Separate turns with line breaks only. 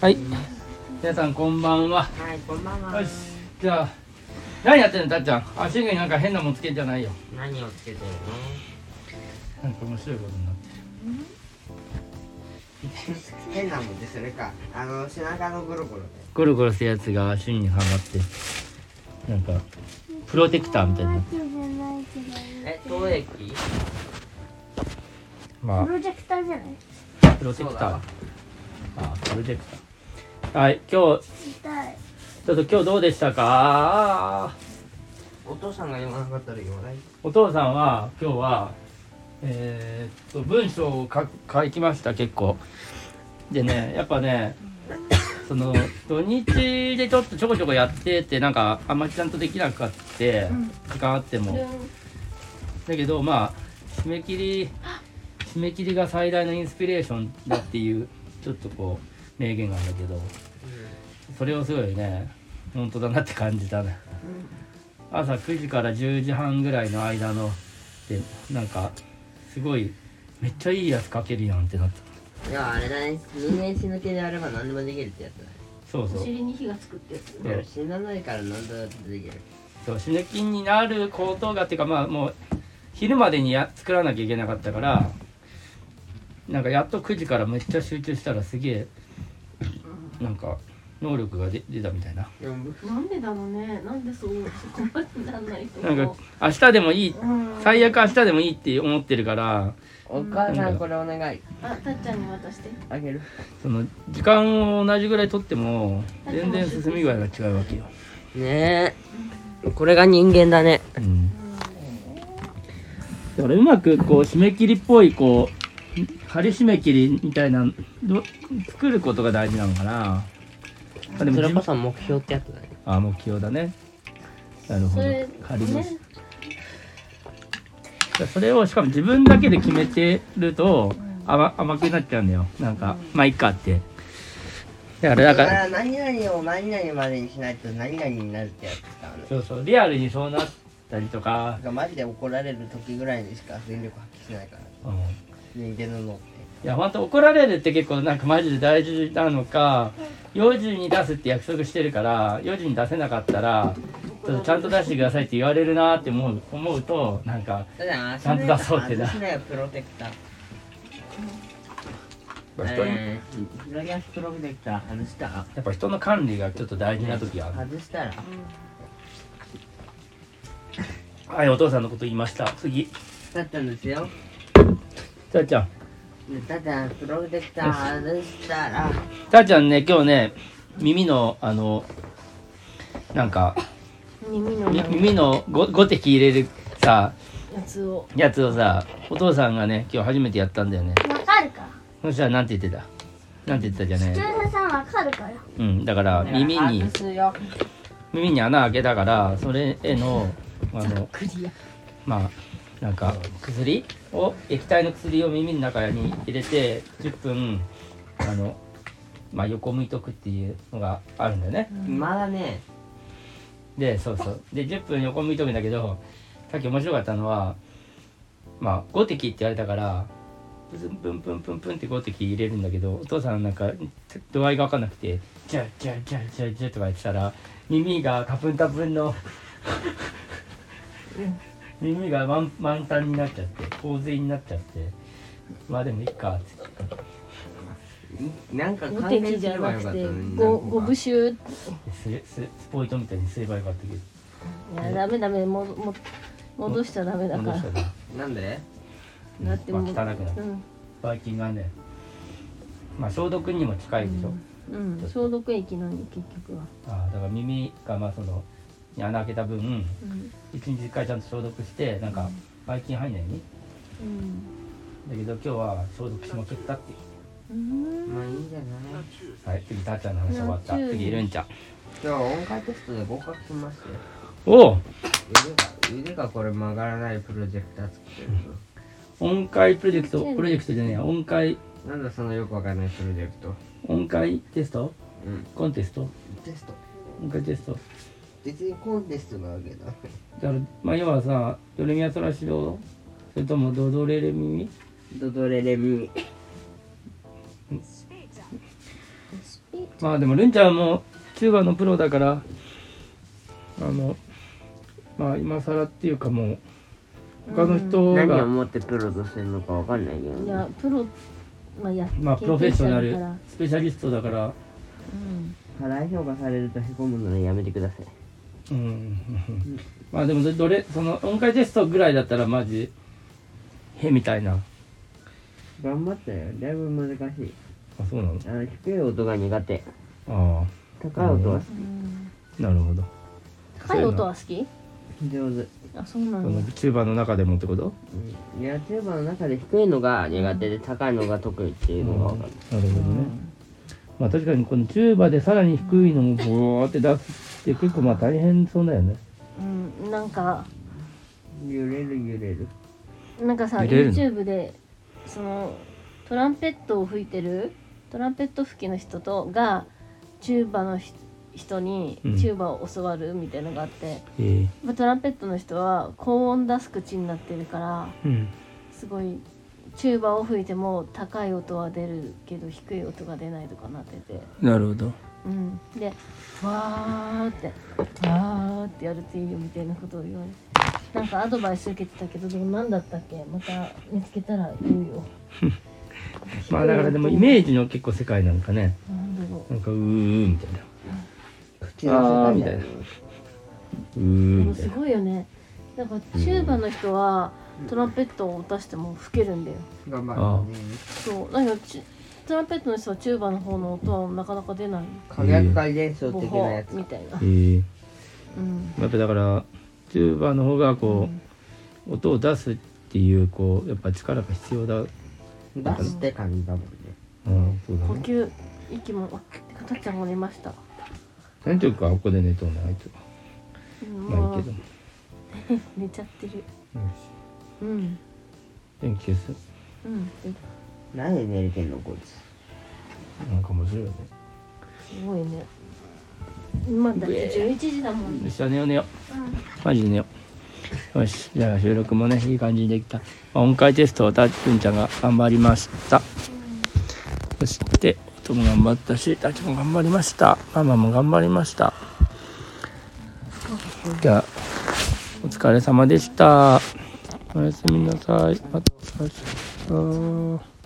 はい。皆さんこんばんは。
はい、こんばんは
よし。。じゃあ、何やってんのたっちゃん。足になんか変なもんつけんじゃないよ。
何をつけてる
なんか面白いことになって
の変なもんってそれか。あの、背中のゴロゴロで。
ゴロゴロしたやつが足にはまって、なんか、プロテクターみたいな。
え、投影機
ま
プロジェクターじゃない
あ、プロテク
そう
タ
だ
ー
わ。
あ、プロテクター。はい、今日、
痛い。
ちょっと今日どうでしたか
お父さんが言わなかったら言わない。
お父さんは今日はえーっと文章を書書きました結構でねやっぱねその土日でちょっとちょこちょこやっててなんかあんまりちゃんとできなかって、
うん
時間あっても、だけどまあ締め切り締め切りが最大のインスピレーションだっていうちょっとこう名言があるんだけどそれをすごいね本当だなって感じたね朝9時から10時半ぐらいの間のでなんかすごいめっちゃいいやつ書けるやんってなった
いや、あれだね。人間死ぬ気であれば何でもできるってやつだね。
そうそう
尻に火がつくってやつ
で
死なないから何だってできる。
そう死ぬ気になることがっていうかまあもう昼までにや作らなきゃいけなかったからなんかやっと9時からめっちゃ集中したらすげえなんか能力が出出たみたいな
でも、
なんでだろうねなんでそうそこまでなんないと
なん
思う
か明日でもいい
うん。
最悪明日でもいいって思ってるから
お母さんこれお願い。
あたっちゃんに渡して
あげる。
その時間を同じぐらい取っても全然進み具合が違うわけよ、
ねえ。これが人間だね。
うん、だからうまくこう締め切りっぽいこう張り締め切りみたいなど作ることが大事なのかなあでも
そ
自
れこ
分
そ目標ってやつだね。
あ目標だねなるほど
それ
張ります
ね
それをしかも自分だけで決めてると甘甘くなっちゃうんだよなんかまあいっかってだから
だ
だか
からら何々を何々までにしないと何々になるってやつだね。
そうそうリアルにそうなったりとか
なん、かマジで怒られる時ぐらいにしか全力発揮しないから
うん
人間の脳って
いや本当怒られるって結構なんかマジで大事なのか4時に出すって約束してるから4時に出せなかったらちょっとちゃんと出してくださいって言われるなって思う思うとなんか
だってあ
ちゃんと出 そうってな
足だよプロテクターえー左足プロテクター外したら
やっぱ人の管理がちょっと大事な時はある
外したら
はいお父さんのこと言いました次
だったんですよ
たーちゃん
だってあのプロテクター外したら
たーちゃんね今日ね耳のあのなんか
耳の
み
や
耳の 5, 5滴入れるさ
つを
やつをさお父さんがね今日初めてやったんだよね
わかるか。
そしたらなんて言ってたなんて言ってたじゃねえ
視聴者さんわかるから。
うん、だから耳に
外すよ
耳に穴開けたからそれへのあの
クリア
まあなんか薬を液体の薬を耳の中に入れて10分あの、まあ、横向いとくっていうのがあるんだよね
まだね
でそうそうで10分横向いとくんだけどさっき面白かったのはまあ5滴って言われたからプンプンプンプンプンって5滴入れるんだけどお父さんなんか度合いが分かんなくて「ジャジャジャジャジャ」とか言ってたら耳がカプンタプンの 耳が満満タンになっちゃって洪水になっちゃってまあでもいいかって
なんか
五
関
滴
連
じ
す
ゃ
れば
な
よか
く
った
て
のに
五五部臭
言ってすすスポイトみたいに吸えばよかったけど
いやダメダメもも戻しちゃダメだか
戻
ら
したら
なんで
だってもう、
まあ汚くなる
うん
ばい菌がねまあ消毒にも近いでしょ、
うん、消毒液なのに結局は、
あーだから耳がまあそのに穴開けた分
うん
一日一回ちゃんと消毒してなんかばい菌入んないように
うん
だけど今日は消毒しまくったっていう
うん、
まあいいんじゃない
はい次たーちゃんの話終わった
ナチュー
次るんちゃん
今日音階テストで合格しましたよ
おお
腕が腕がこれ曲がらないプロジェクター作ってるの
音階プロジェクトプロジェクトじゃねえや音階
なんだそのよくわかんないプロジェクト。
音階テスト
うん。
コンテスト
テスト。
音階テスト
別にコンテストなわけだ。
だからまあ要はさドレミアソラシドそれともドドレレミミ
ドドレレミ。
まあでもるんちゃんもチューバのプロだからあのまあ今更っていうかもう他の人が、
何をもってプロとしてるのかわかんないけど
い
ね
やプロまあや
まあプロフェッショナ
経験者
ル
だから
スペシャリストだから
うん
過大評価されるとへこむのでやめてください
うん まあでもどどれその音階テストぐらいだったらマジへみたいな
頑張ったよだいぶ難しい
あそうなの
あの低い音が苦手
あ
高い音は
うん
あなるほど
高い音は好き
上手
あそうな
そ
ん
の
だ
チューバの中でもってこと
うんいやチューバの中で低いのが苦手で高いのが得意っていうのが分かる
なるほどね、まあ確かにこのチューバでさらに低いのをボーって出すって結構まあ大変そうだよね
うんなんか
揺れる揺れる
なんかさ
見れるの
YouTube でそのトランペットを吹いてるトランペット吹きの人とがチューバのひ人にチ
うん
ューバを教わるみたいのがあって、
え
まあトランペットの人は高音出す口になってるから
えうん
すごいチューバを吹いても高い音は出るけど低い音が出ないとかなってて、
なるほど
うん、でわーってわーってやるといいよみたいなことを言われてなんかアドバイス受けてたけどでも何だったっけまた見つけたら言うよ
まあだからでもイメージの結構世界なんかね
なんだろ
なんかうーみたいな
口の
あー
中
み
み
たい
たい
な
な
うー
うで
み
も
たい
す
な
ごいよねなんかチューバの人はトランペットを出しても吹けるんだよ
頑
あ
張るね
そうだけどチュトランペットの人はチューバの方の音はなかなか出ない
可逆改善層
ボ
的
ホ
なや
ー
つ
みたいな
ええ
うん
やっぱだからチューバの方がこう、音を出すっていうこうやっぱ力が必要だ、
出して感じだもんね
うん、そうだ
呼
ね
吸息もあてかたっちゃんも寝ました、
なんていうかここで寝とうないと
うん、
な
も
いうけど
寝ちゃってる
よし
うん
電気消す
うん
何で寝れてんのこいつ
なんか面白いよね
すごいね今だって11時だもんね
よしじゃあ寝よう寝ようマジで寝ようよしじゃあ収録もねいい感じにできた、まあ音階テストをたっくんちゃんが頑張りましたそして音も頑張ったしたっちも頑張りましたママも頑張りましたじゃあお疲れ様でしたおやすみなさいまた明日